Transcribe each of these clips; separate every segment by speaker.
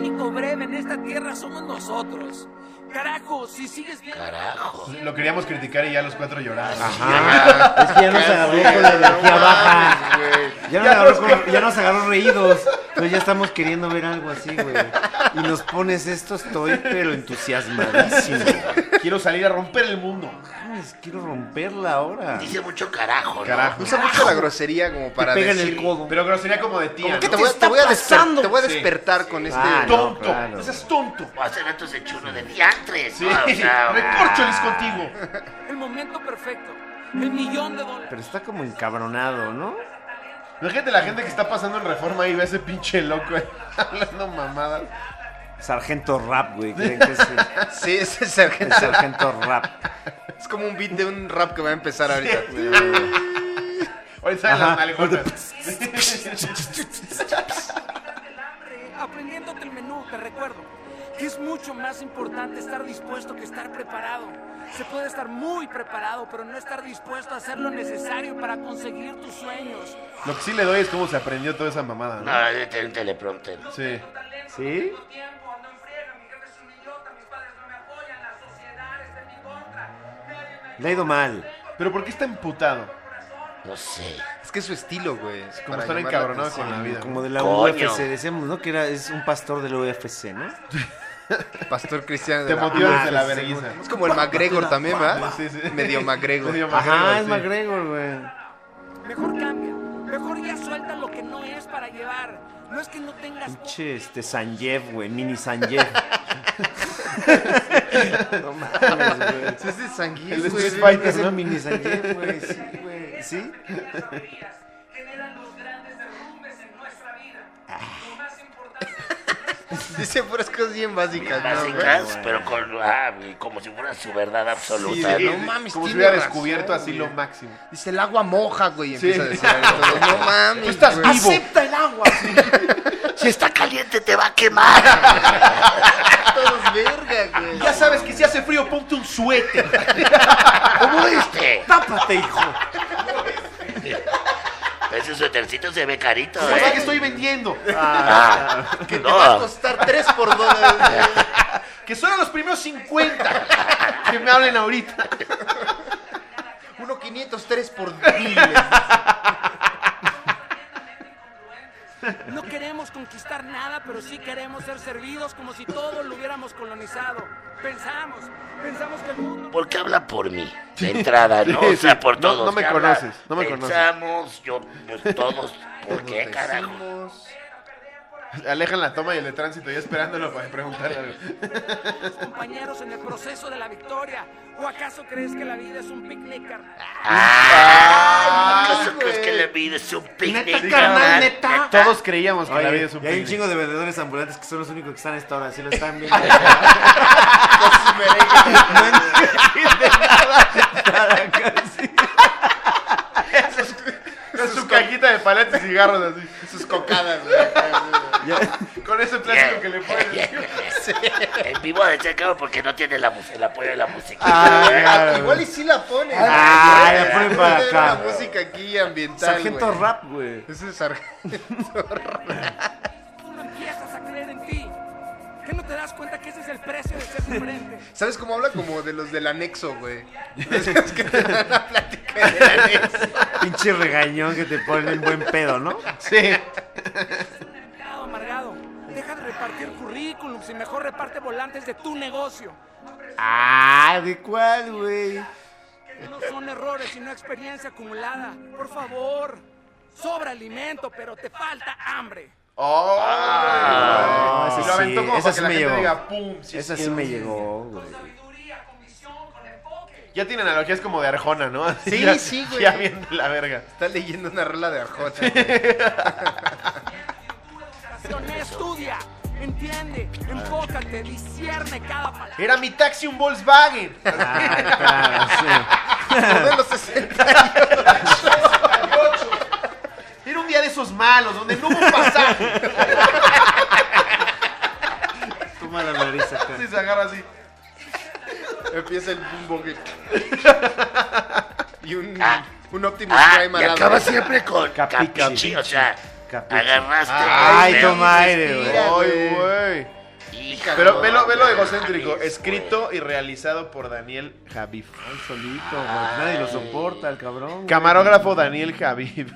Speaker 1: tiempo breve en esta tierra somos nosotros. Carajo, si sigues viendo.
Speaker 2: Carajo.
Speaker 3: Lo queríamos criticar y ya los cuatro lloraron.
Speaker 4: Ajá. Ah, Es que ya nos agarró con la energía baja. Ya nos,
Speaker 3: Ya
Speaker 4: agarró
Speaker 3: nos
Speaker 4: con- ya nos agarró reídos. Entonces ya estamos queriendo ver algo así, güey. Y nos pones esto, estoy pero entusiasmadísimo.
Speaker 3: Quiero salir a romper el mundo.
Speaker 4: Mames, Quiero romperla ahora.
Speaker 2: Dice mucho carajo, ¿no?
Speaker 3: Carajo.
Speaker 5: Usa mucho la grosería como para
Speaker 4: Te pega en
Speaker 5: decir...
Speaker 4: el codo.
Speaker 3: Pero grosería como de tía.
Speaker 5: Como que
Speaker 3: ¿no?
Speaker 5: te voy, a-
Speaker 4: ¿Qué está
Speaker 5: te voy a desper-
Speaker 4: pasando?
Speaker 5: te voy a
Speaker 3: Sí.
Speaker 5: despertar con este...
Speaker 4: Ah, no.
Speaker 3: Tonto.
Speaker 4: claro.
Speaker 3: Ese es tonto.
Speaker 5: Ah,
Speaker 2: Hace rato se echó uno de diantres.
Speaker 3: Sí,
Speaker 2: ¿no? O sea,
Speaker 3: recorcholis contigo.
Speaker 1: El momento perfecto. El millón de dólares.
Speaker 4: Pero está como encabronado, ¿no?
Speaker 3: Imagínate la gente que está pasando en reforma y ve a ese pinche loco ahí hablando mamadas.
Speaker 4: Sargento Rap, güey. ¿Creen que es el,
Speaker 5: Sí, ese es el-
Speaker 4: el Sargento Rap?
Speaker 5: Es como un beat de un rap que va a empezar ahorita.
Speaker 3: Ahorita
Speaker 4: Ajá.
Speaker 3: las nalgotas.
Speaker 1: Aprendiéndote el menú, te recuerdo. Que es mucho más importante estar dispuesto que estar preparado. Se puede estar muy preparado, pero no estar dispuesto a hacer lo necesario para conseguir tus sueños.
Speaker 3: Lo que sí le doy es cómo se aprendió toda esa mamada, ¿no?
Speaker 5: Ah.
Speaker 2: No, yo tengo Ah, un teleprompter.
Speaker 3: Sí.
Speaker 4: ¿Sí? Le ha ido mal.
Speaker 3: Pero ¿por qué está emputado?
Speaker 2: No sé.
Speaker 5: Es que es su estilo, güey. es
Speaker 3: Como
Speaker 5: para
Speaker 3: estar
Speaker 5: llamar la
Speaker 3: encabronado con
Speaker 5: atención.
Speaker 3: la vida.
Speaker 4: Como de la
Speaker 2: Coño.
Speaker 4: UFC, decíamos, ¿no? Que era, es un pastor de la UFC, ¿no?
Speaker 5: Pastor cristiano de
Speaker 3: Te
Speaker 5: la...
Speaker 3: motiva
Speaker 4: Ah,
Speaker 3: desde la
Speaker 4: sí,
Speaker 3: vergüenza.
Speaker 5: Es como el McGregor también, ¿verdad?
Speaker 3: Sí, sí.
Speaker 5: Medio McGregor.
Speaker 3: Medio
Speaker 4: Ajá, es
Speaker 3: sí.
Speaker 4: McGregor, güey.
Speaker 1: Mejor cambia. Mejor ya suelta lo que no es para llevar. No es que no tengas
Speaker 4: Pinche este Sanjev, güey. Mini Sanjev. no mames, güey.
Speaker 5: Es de sanguí,
Speaker 3: El de
Speaker 5: güey.
Speaker 3: Street Fighter.
Speaker 4: Es
Speaker 3: ¿no?
Speaker 4: el mini Sanjev, güey. Sí, güey. ¿Sí?
Speaker 5: Dice puras cosas bien básicas, ¿no, güey?
Speaker 2: Básicas, pero con, ah, güey, como si fuera su verdad absoluta,
Speaker 5: Ah, Sí,
Speaker 2: ¿no?
Speaker 5: no mames,
Speaker 3: Como si
Speaker 5: tiene
Speaker 3: hubiera
Speaker 5: razón,
Speaker 3: descubierto así
Speaker 5: güey.
Speaker 3: lo máximo.
Speaker 5: Dice el agua moja, güey.
Speaker 3: Sí.
Speaker 5: Empieza a decir algo. No mames.
Speaker 3: Tú estás
Speaker 5: güey.
Speaker 3: vivo.
Speaker 4: el agua.
Speaker 2: Si está caliente te va a quemar.
Speaker 5: Todos verga, güey.
Speaker 3: Ya sabes que si hace frío, ponte un suéter.
Speaker 2: ¿Cómo este?
Speaker 4: Tápate, hijo.
Speaker 2: Ese suétercito se ve carito,
Speaker 3: ¿Cómo es que
Speaker 2: ¿eh?
Speaker 3: estoy vendiendo?
Speaker 2: Ah,
Speaker 5: Te va a
Speaker 2: no.
Speaker 5: costar 3 por dólares, güey.
Speaker 3: Que son los primeros 50 que me hablen ahorita.
Speaker 5: Uno 500, 3 por miles.
Speaker 1: No queremos conquistar nada, pero sí queremos ser servidos como si todo lo hubiéramos colonizado. Pensamos, pensamos que el mundo...
Speaker 2: ¿Por qué habla por mí? De entrada, ¿no? O sea, por
Speaker 3: No,
Speaker 2: todos.
Speaker 3: no me
Speaker 2: que habla.
Speaker 3: conoces, no me conoces.
Speaker 2: Pensamos, yo, pues, todos. ¿Por qué, carajo?
Speaker 5: Decimos.
Speaker 3: Alejan la toma y el de tránsito ya esperándolo para preguntarle algo.
Speaker 1: compañeros en el proceso de la victoria? ¿O acaso crees que la vida es un picnic? carnal?
Speaker 2: Ah,
Speaker 5: Ay,
Speaker 2: ¿acaso
Speaker 5: güey.
Speaker 2: crees que le pides un picnic?
Speaker 4: Neta,
Speaker 2: cabrón?
Speaker 4: carnal, neta.
Speaker 3: Todos creíamos que la vida
Speaker 4: Oye,
Speaker 3: es un
Speaker 4: y hay un
Speaker 3: picnic.
Speaker 4: chingo de vendedores ambulantes que son los únicos que están a esta hora. ¿Sí lo están viendo?
Speaker 3: Con su cajita de paletas y cigarros así.
Speaker 5: Sus cocadas, güey.
Speaker 3: Con ese
Speaker 2: Yeah,
Speaker 3: plástico que le ponen.
Speaker 2: yeah, yeah. En vivo de cerca porque no tiene la mus- el apoyo de la música.
Speaker 5: Ah, Igual y sí la ponen.
Speaker 4: Ah,
Speaker 5: güey.
Speaker 4: la ponen para
Speaker 5: Debe haber
Speaker 4: acá.
Speaker 5: una música aquí ambiental,
Speaker 4: Sargento
Speaker 5: güey.
Speaker 4: Rap, güey.
Speaker 5: Ese es sargento rap.
Speaker 1: Tú no empiezas a creer en ti. ¿Qué no te das cuenta que ese es el precio de ser diferente?
Speaker 5: ¿Sabes cómo habla? Como de los del anexo, güey. Es que te dan la plática del anexo.
Speaker 4: Pinche regañón que te ponen buen pedo, ¿no?
Speaker 3: Sí.
Speaker 1: Amargado, amargado. Deja de repartir currículums y mejor reparte volantes de tu negocio.
Speaker 4: Ah, ¿de cuál, güey?
Speaker 1: No son errores, sino experiencia acumulada. Por favor, sobra alimento, pero te falta hambre.
Speaker 3: Oh,
Speaker 4: Ah,
Speaker 3: güey.
Speaker 4: esa
Speaker 3: lo aventó
Speaker 4: sí,
Speaker 3: como
Speaker 4: esa
Speaker 3: para
Speaker 4: sí
Speaker 3: que la
Speaker 4: me
Speaker 3: gente
Speaker 4: llegó.
Speaker 3: diga pum. sí,
Speaker 4: Esa
Speaker 3: sí,
Speaker 4: sí me
Speaker 3: sí.
Speaker 4: llegó, güey.
Speaker 1: Sabiduría, con visión, con enfoque.
Speaker 3: Ya tiene analogías como de Arjona, ¿no? Así
Speaker 5: Sí,
Speaker 3: ya-
Speaker 5: sí, güey.
Speaker 3: Ya viendo la verga.
Speaker 5: Está leyendo una rola de Arjota. güey.
Speaker 1: Educación, estudia, entiende, enfócate, discierne cada palabra.
Speaker 3: Era mi taxi un Volkswagen.
Speaker 4: Ah, claro, sí.
Speaker 5: Modelo 60.
Speaker 3: Era un día de esos malos, donde no hubo pasaje.
Speaker 4: Toma la nariz acá.
Speaker 3: Así se agarra así.
Speaker 5: Empieza el boom boom. Y un,
Speaker 2: Ah.
Speaker 5: un Optimus
Speaker 2: Ah,
Speaker 5: Prime
Speaker 2: y
Speaker 5: al lado.
Speaker 2: acaba siempre con
Speaker 4: Capichi.
Speaker 2: capichi, o sea,
Speaker 4: Capichi.
Speaker 2: agarraste.
Speaker 4: Ay,
Speaker 2: pero-
Speaker 4: toma aire, güey.
Speaker 5: Mira,
Speaker 3: Ay,
Speaker 5: güey.
Speaker 3: güey.
Speaker 5: cabrón.
Speaker 3: Pero velo, velo egocéntrico, escrito y realizado por Daniel Javif.
Speaker 4: Ay, solito, güey. Nadie lo soporta, el cabrón. güey.
Speaker 3: Camarógrafo Daniel Javif.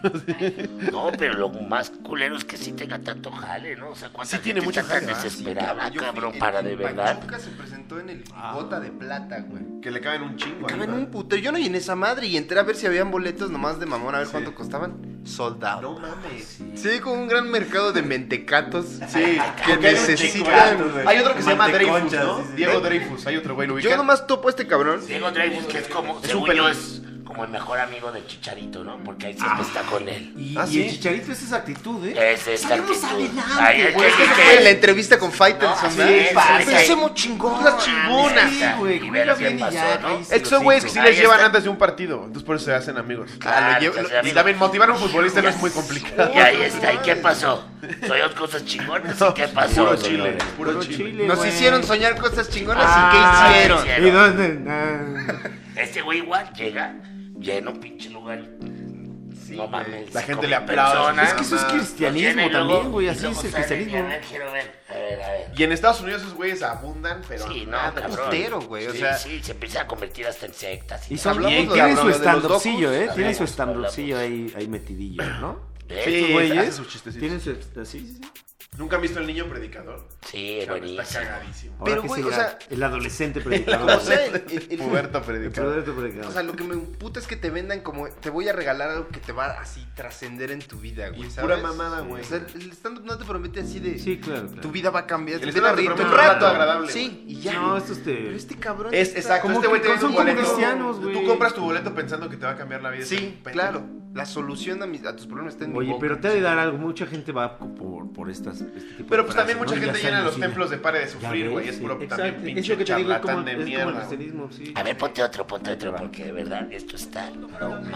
Speaker 2: No, pero lo más culero es que sí tenga tanto jale, ¿no? O sea, cuánta
Speaker 3: Sí tiene
Speaker 2: gente
Speaker 3: mucha
Speaker 2: está tan
Speaker 3: jale, ¿ah?
Speaker 2: desesperada,
Speaker 5: Yo fui-
Speaker 2: cabrón,
Speaker 5: el-
Speaker 2: para
Speaker 5: el
Speaker 2: de verdad.
Speaker 5: Pachuca se presentó en el
Speaker 2: Ah,
Speaker 5: Bota de Plata, güey.
Speaker 3: que le caben un chingo. ahí,
Speaker 5: Caben
Speaker 3: ¿no?
Speaker 5: un puto. Yo no llené esa madre y entré a ver si habían boletos nomás de mamón, a ver cuánto costaban. Sold out.
Speaker 3: No mames.
Speaker 5: Sí, como un gran mercado de mentecatos.
Speaker 3: Sí,
Speaker 5: que
Speaker 3: porque hay un
Speaker 5: necesitan.
Speaker 3: chingo, güey. Hay otro que se llama Dreyfus,
Speaker 4: Manteconchas,
Speaker 3: ¿no?
Speaker 4: sí, sí.
Speaker 3: Diego Dreyfus, hay otro güey, lo
Speaker 5: Yo
Speaker 3: ubican?
Speaker 5: nomás topo a este cabrón.
Speaker 2: Diego Dreyfus, que es como,
Speaker 3: un
Speaker 2: según yo,
Speaker 3: pelón.
Speaker 2: es como el mejor amigo de Chicharito, ¿no? Porque ahí siempre está con él.
Speaker 4: Y,
Speaker 3: Ah,
Speaker 4: y
Speaker 3: ¿sí?
Speaker 4: el chicharito es esa actitud, ¿eh?
Speaker 2: Es esta
Speaker 4: Ay, no
Speaker 2: actitud.
Speaker 4: sabe nada,
Speaker 2: Ay, es
Speaker 4: güey.
Speaker 2: que- es
Speaker 5: Fue
Speaker 2: que-
Speaker 5: en la entrevista con Faitelson,
Speaker 2: sí,
Speaker 5: ¿verdad?
Speaker 2: pasa.
Speaker 5: Pero hacemos chingón.
Speaker 2: Las
Speaker 4: chingonas.
Speaker 2: chingonas.
Speaker 4: Sí, güey,
Speaker 2: Y
Speaker 4: juega
Speaker 2: ver
Speaker 4: bien
Speaker 2: quién
Speaker 4: y
Speaker 2: pasó,
Speaker 4: ya,
Speaker 2: ¿no?
Speaker 4: ahí sí.
Speaker 3: Es que son güeyes que sí les
Speaker 2: Ahí
Speaker 3: llevan
Speaker 2: está.
Speaker 3: antes de un partido, entonces por eso se hacen amigos.
Speaker 5: Ah, lo
Speaker 2: Claro,
Speaker 5: llevo-
Speaker 2: se hace
Speaker 3: Y
Speaker 2: amigo.
Speaker 3: también motivar a un futbolista Este no es muy complicado.
Speaker 2: Y ahí está, ¿y qué pasó? Soy dos cosas chingonas, ¿y qué pasó?
Speaker 3: Puro
Speaker 2: señores?
Speaker 3: chile, puro
Speaker 4: Puro
Speaker 3: chile.
Speaker 4: chile,
Speaker 5: Nos
Speaker 4: güey.
Speaker 5: hicieron soñar cosas chingonas
Speaker 2: Ah,
Speaker 5: y ¿qué hicieron?
Speaker 2: sí.
Speaker 4: ¿Y dónde? Nah.
Speaker 2: Este güey igual llega, llena un pinche lugar. no mames.
Speaker 3: La gente
Speaker 2: con
Speaker 3: lo aplaude.
Speaker 2: personas.
Speaker 3: Es
Speaker 4: que eso es
Speaker 2: Lo
Speaker 4: cristianismo
Speaker 2: tiene y luego-
Speaker 4: también, güey,
Speaker 2: y
Speaker 4: así
Speaker 2: luego
Speaker 4: es el
Speaker 2: sale,
Speaker 4: cristianismo.
Speaker 2: A ver, quiero ver. A ver, a ver.
Speaker 3: Y en Estados Unidos esos güeyes abundan, pero
Speaker 2: Sí, no,
Speaker 3: nada.
Speaker 2: cabrón.
Speaker 5: putero, güey, o
Speaker 2: Sí,
Speaker 5: sea-
Speaker 2: sí, se empieza a convertir hasta en sectas.
Speaker 4: Y
Speaker 2: Y
Speaker 4: son
Speaker 5: Hablamos
Speaker 4: bien,
Speaker 5: de-
Speaker 4: tienen su
Speaker 5: hablamos de los
Speaker 4: stand-upcillo,
Speaker 5: docus.
Speaker 4: ¿eh? Tienen su
Speaker 2: Hablamos,
Speaker 4: stand-upcillo ahí, ahí metidillo, ¿no?
Speaker 2: sí,
Speaker 4: Estos
Speaker 3: hacen
Speaker 4: güeyes
Speaker 3: sus chistecitos.
Speaker 4: tienen su... así, sí, sí.
Speaker 3: ¿Nunca han visto el niño predicador?
Speaker 2: sí, buenísimo.
Speaker 3: Está cagadísimo.
Speaker 4: Ahora
Speaker 5: Pero,
Speaker 4: que
Speaker 5: güey,
Speaker 4: será
Speaker 5: o sea-
Speaker 4: el adolescente
Speaker 5: O
Speaker 4: predicador.
Speaker 5: sea,
Speaker 4: ¿no?
Speaker 5: el- el- el-
Speaker 3: Puberto
Speaker 4: El
Speaker 3: predicador.
Speaker 4: adolescente predicador.
Speaker 5: O sea, lo que me puta es que te vendan como te voy a regalar algo que te va a así trascender en tu vida, güey.
Speaker 3: Y pura
Speaker 5: ¿sabes?
Speaker 3: mamada, güey.
Speaker 5: O sea, el stand-up no te promete así de
Speaker 4: Sí, claro, claro.
Speaker 5: tu vida va a cambiar.
Speaker 3: El
Speaker 5: te van
Speaker 3: stand-up
Speaker 5: a
Speaker 3: te
Speaker 5: reírte
Speaker 3: promete un rato agradable,
Speaker 5: Sí, y ya.
Speaker 4: No, estos te-
Speaker 5: Pero este cabrón.
Speaker 3: Es
Speaker 5: está-
Speaker 3: exacto,
Speaker 4: Como
Speaker 3: este güey
Speaker 4: que
Speaker 3: te vende
Speaker 4: son
Speaker 3: un
Speaker 4: como
Speaker 3: boleto.
Speaker 4: cristianos, güey.
Speaker 3: Tú compras tu boleto pensando que te va a cambiar la vida.
Speaker 5: Sí,
Speaker 3: Pendejo.
Speaker 5: claro. La solución a, mis, a tus problemas está en mi
Speaker 4: Oye,
Speaker 5: boca.
Speaker 4: pero te ha de dar algo. Mucha gente va por, por estas. este tipo de
Speaker 3: Pero pues también
Speaker 4: frases,
Speaker 3: mucha gente
Speaker 4: ¿no? Ya se
Speaker 3: llena los
Speaker 4: alucina.
Speaker 3: templos de pare de
Speaker 4: Ya
Speaker 3: sufrir,
Speaker 4: ves,
Speaker 3: güey. Es
Speaker 4: sí,
Speaker 3: puro
Speaker 4: exacto,
Speaker 3: también
Speaker 4: es lo
Speaker 3: pinche
Speaker 4: que te digo, es como-
Speaker 3: charlatán de
Speaker 4: es como el
Speaker 3: mierda.
Speaker 4: cristianismo, sí.
Speaker 2: A ver, ponte otro, ponte otro, porque de verdad esto está. No mames.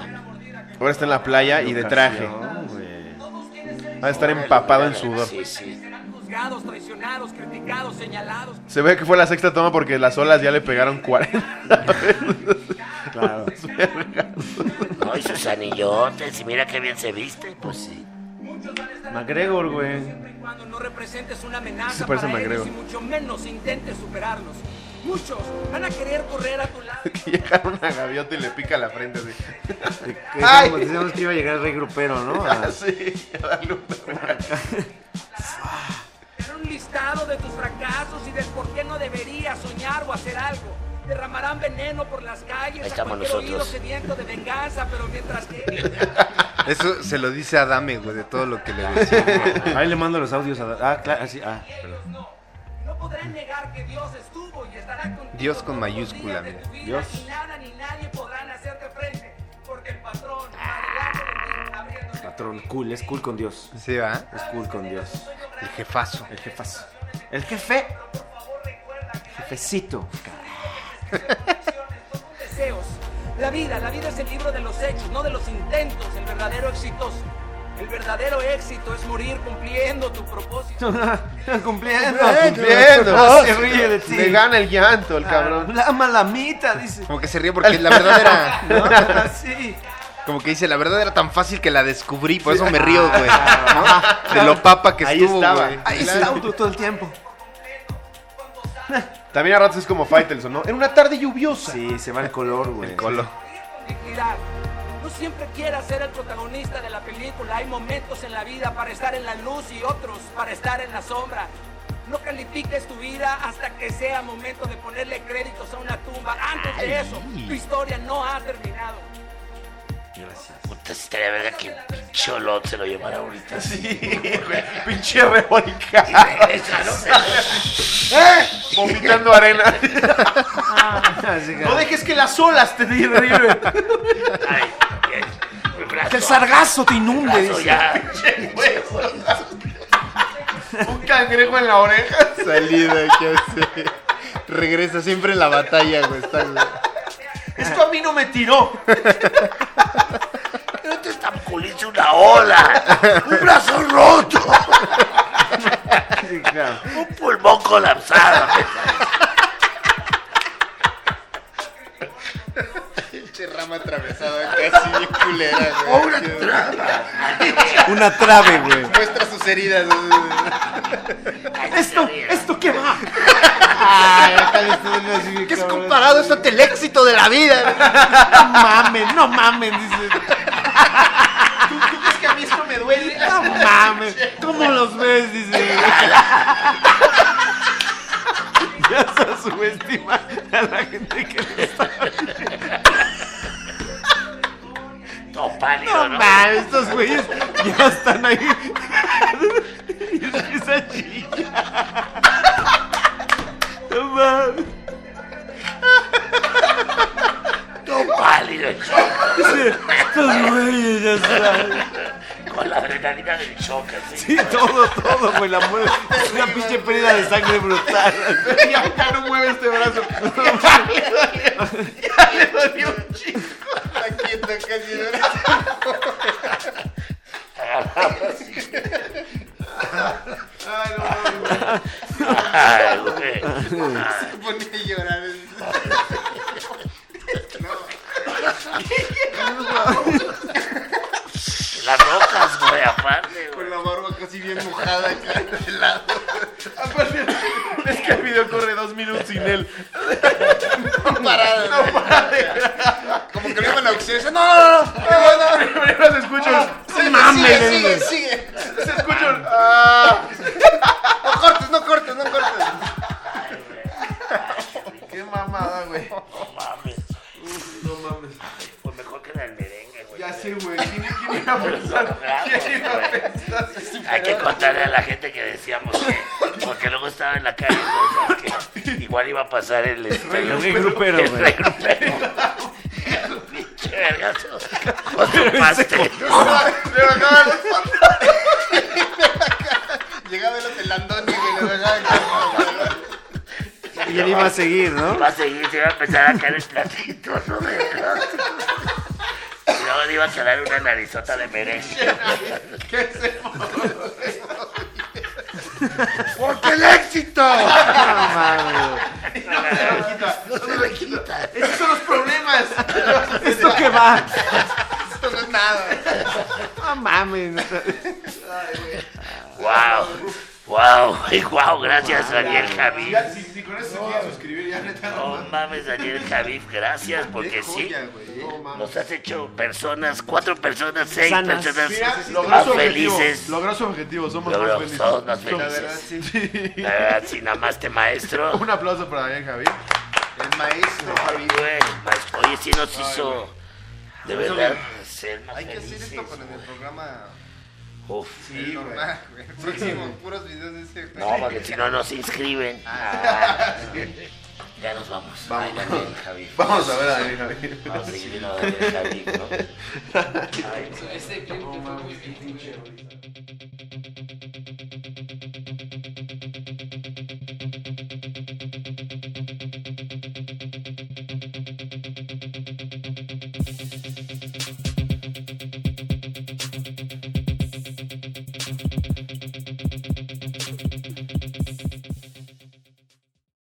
Speaker 3: Ahora está en la playa y de traje.
Speaker 4: No, güey.
Speaker 3: Va a estar empapado en sudor.
Speaker 2: Sí, sí.
Speaker 1: Serán juzgados, traicionados, criticados, señalados.
Speaker 3: Se ve que fue la sexta toma porque las olas ya le pegaron 40.
Speaker 4: Claro.
Speaker 2: No, y sus anillotes, y mira qué bien se viste, pues sí.
Speaker 1: Muchos van a estar
Speaker 4: McGregor, güey.
Speaker 1: siempre y cuando no representes una amenaza
Speaker 3: Se parece a
Speaker 1: para ellos
Speaker 3: McGregor.
Speaker 1: y mucho menos intentes superarlos. Muchos van a querer correr a tu lado.
Speaker 3: Llegar una gaviota y le pica la frente así.
Speaker 4: Que- que
Speaker 3: Ay.
Speaker 4: Decíamos, decíamos que iba a llegar el rey grupero, ¿no? A-
Speaker 3: Ah, sí, a darle un vergazo.
Speaker 1: Harán un listado de tus fracasos y del por qué no deberías soñar o hacer algo. Derramarán veneno por las calles
Speaker 2: Ahí
Speaker 1: a
Speaker 2: estamos
Speaker 1: cualquier oído
Speaker 2: nosotros.
Speaker 1: sediento de venganza, pero mientras que...
Speaker 5: Eso se lo dice a Dame, güey, de todo lo que le decía.
Speaker 4: Ahí le mando los audios a. Ah, claro, así. Ah, perdón.
Speaker 1: Ellos no. No podrán negar que Dios estuvo y estará contigo.
Speaker 5: Dios con
Speaker 1: todos los
Speaker 5: mayúscula,
Speaker 1: días de
Speaker 5: mira.
Speaker 1: tu vida
Speaker 4: Dios.
Speaker 1: Y nada ni nadie podrán hacerte frente. Porque el patrón
Speaker 2: Ah.
Speaker 1: va delante de ti, abriéndose
Speaker 4: Patrón, cool, es cool con Dios.
Speaker 5: Sí, va.
Speaker 4: Es cool con Dios.
Speaker 5: El jefazo.
Speaker 4: El jefazo. El jefe. Jefecito.
Speaker 1: tus deseos. La vida, la vida es el libro de los hechos, no de los intentos. El verdadero exitoso. El verdadero éxito es morir cumpliendo tu propósito.
Speaker 4: cumpliendo.
Speaker 3: Ah, Cumpliendo.
Speaker 4: Se Ah, ríe de ti.
Speaker 3: Me gana el llanto, el cabrón.
Speaker 4: La malamita, dice.
Speaker 5: Como que se ríe porque la verdad era.
Speaker 4: Ah, sí.
Speaker 5: Como que dice, la verdad era tan fácil que la descubrí, por eso me río, güey. ¿no? De lo papa que
Speaker 3: Ahí
Speaker 5: estuvo,
Speaker 3: estaba.
Speaker 5: güey.
Speaker 4: Ahí está auto todo el tiempo. Ah.
Speaker 3: También a ratos es como Faitelson, ¿no? En una tarde lluviosa.
Speaker 4: Sí, se va el color, güey.
Speaker 5: El colo.
Speaker 1: Morir con dignidad. No siempre quieras ser el protagonista de la película. Hay momentos en la vida para estar en la luz y otros para estar en la sombra. No califiques tu vida hasta que sea momento de ponerle créditos a una tumba. Antes de eso, tu historia no ha terminado.
Speaker 2: Puta, si estaría verga que un pinche olot se lo llevara ahorita.
Speaker 3: güey. Pinche revolcada.
Speaker 2: Esa, ¿no?
Speaker 3: Vomitando arena.
Speaker 4: Así que-
Speaker 3: No dejes que las olas te derriben.
Speaker 2: Ay, bien. Mi brazo.
Speaker 4: Que el sargazo te inunde.
Speaker 2: Brazo,
Speaker 4: dice.
Speaker 2: ya.
Speaker 3: Un cangrejo en la oreja.
Speaker 5: Salida, ¿qué hace? Regresa siempre en la batalla, güey. Está, güey.
Speaker 3: Esto a mí no me tiró.
Speaker 2: No te estampulice una ola. Un brazo roto.
Speaker 4: Sí, claro.
Speaker 2: Un pulmón colapsado.
Speaker 5: Pinche rama atravesada casi bien culera, güey.
Speaker 4: Una trave, güey.
Speaker 5: Muestra sus heridas. güey.
Speaker 2: Ay,
Speaker 4: Esto,
Speaker 2: se ríe.
Speaker 4: esto qué va. mames, te duele así,
Speaker 5: ¿Qué es
Speaker 4: cabrón.
Speaker 5: comparado esto ante el éxito de la vida?
Speaker 4: No mames, no mames, dices.
Speaker 5: Es que a mí esto me duele.
Speaker 4: No mames, ¿cómo los ves? Dice. Ya se subestima a la gente que le está.
Speaker 2: Todo pálido,
Speaker 4: No
Speaker 2: ¿no?
Speaker 4: mames, estos güeyes ya están ahí. Y empieza a chillar. No mames.
Speaker 2: Todo pálido, el shock,
Speaker 4: Dice, Estos güeyes ya están.
Speaker 2: con la adrenalina del shock, así.
Speaker 4: Sí, todo, todo, güey. La muerte. Es una pinche pérdida de sangre brutal.
Speaker 5: Ya, ya no mueve este brazo. Ya le dolió. Ya le dolió un chico. Está quieto casi el brazo. Ay, no, no,
Speaker 2: Ay, güey.
Speaker 5: se pone a llorar.
Speaker 2: Las rocas, güey, aparte, güey.
Speaker 5: Con la barba casi bien mojada acá de lado.
Speaker 3: Aparte, es que el video corre dos minutos sin él.
Speaker 5: Parada. No, Como que lo iban a auxiliar. No, no, no.
Speaker 3: Primero se escucha.
Speaker 5: Sigue,
Speaker 4: mames,
Speaker 5: sigue, sigue,
Speaker 4: güey.
Speaker 5: sigue.
Speaker 3: Se escucha.
Speaker 5: No cortes, no cortes, no cortes.
Speaker 3: Qué mamada, güey.
Speaker 2: No mames.
Speaker 3: No mames.
Speaker 2: Pues mejor que la del merengue, güey.
Speaker 3: Ya sé, güey. ¿Quién, quién iba a pensar? ¿Quién iba a pensar?
Speaker 2: Hay que contarle a la gente que decíamos que, porque luego estaba en la calle, entonces, que igual iba a pasar el este,
Speaker 4: El rey grupero,
Speaker 2: el
Speaker 4: güey.
Speaker 2: regrupero. Pinche vergazo. Con tu pastel.
Speaker 5: Le bajaba los pantalones. Llegaba el hotelandón y le bajaba
Speaker 4: Y él iba a seguir, ¿no?
Speaker 2: Va a seguir, se iba a empezar a caer el platito, no me Y luego le iba a quedar una narizota de merengue.
Speaker 5: ¡Porque el éxito!
Speaker 4: No mames.
Speaker 5: Esos son los problemas.
Speaker 4: ¿Esto qué va?
Speaker 5: Esto no es nada.
Speaker 4: No mames.
Speaker 2: Wow. Wow, güey, wow, gracias Daniel Javid.
Speaker 3: Ya, si, si con eso se quieren suscribir, ya neta.
Speaker 2: No mames Daniel Javid, gracias porque
Speaker 5: Qué
Speaker 2: sí.
Speaker 5: joya, güey.
Speaker 3: No mames.
Speaker 2: Nos has hecho personas, cuatro personas, seis
Speaker 4: Sanas.
Speaker 2: personas
Speaker 3: Mira, logró
Speaker 2: más
Speaker 3: su objetivo.
Speaker 2: felices.
Speaker 3: Logró su objetivo. Somos
Speaker 2: Logró-
Speaker 3: más felices.
Speaker 2: somos más
Speaker 3: Somos-
Speaker 2: felices.
Speaker 3: sí.
Speaker 2: La verdad, sin amaste maestro.
Speaker 3: Un aplauso para Daniel Javier.
Speaker 5: El maestro, Javi.
Speaker 2: Güey, maestro, Oye, sí nos hizo de verdad ser más
Speaker 5: Hay que hacer
Speaker 2: felices.
Speaker 5: esto con el programa
Speaker 2: Uf.
Speaker 5: sí, normal, güey. Próximo, puros videos de este ese.
Speaker 2: No, porque si no nos inscriben. Ah, ya nos vamos. Ay, Daniel, Javi.
Speaker 3: Vamos a ver a Daniel Javier.
Speaker 2: Vamos a seguir viendo a Daniel Javi, ¿no? Ay,
Speaker 6: Ese clip que fue muy bien, güey.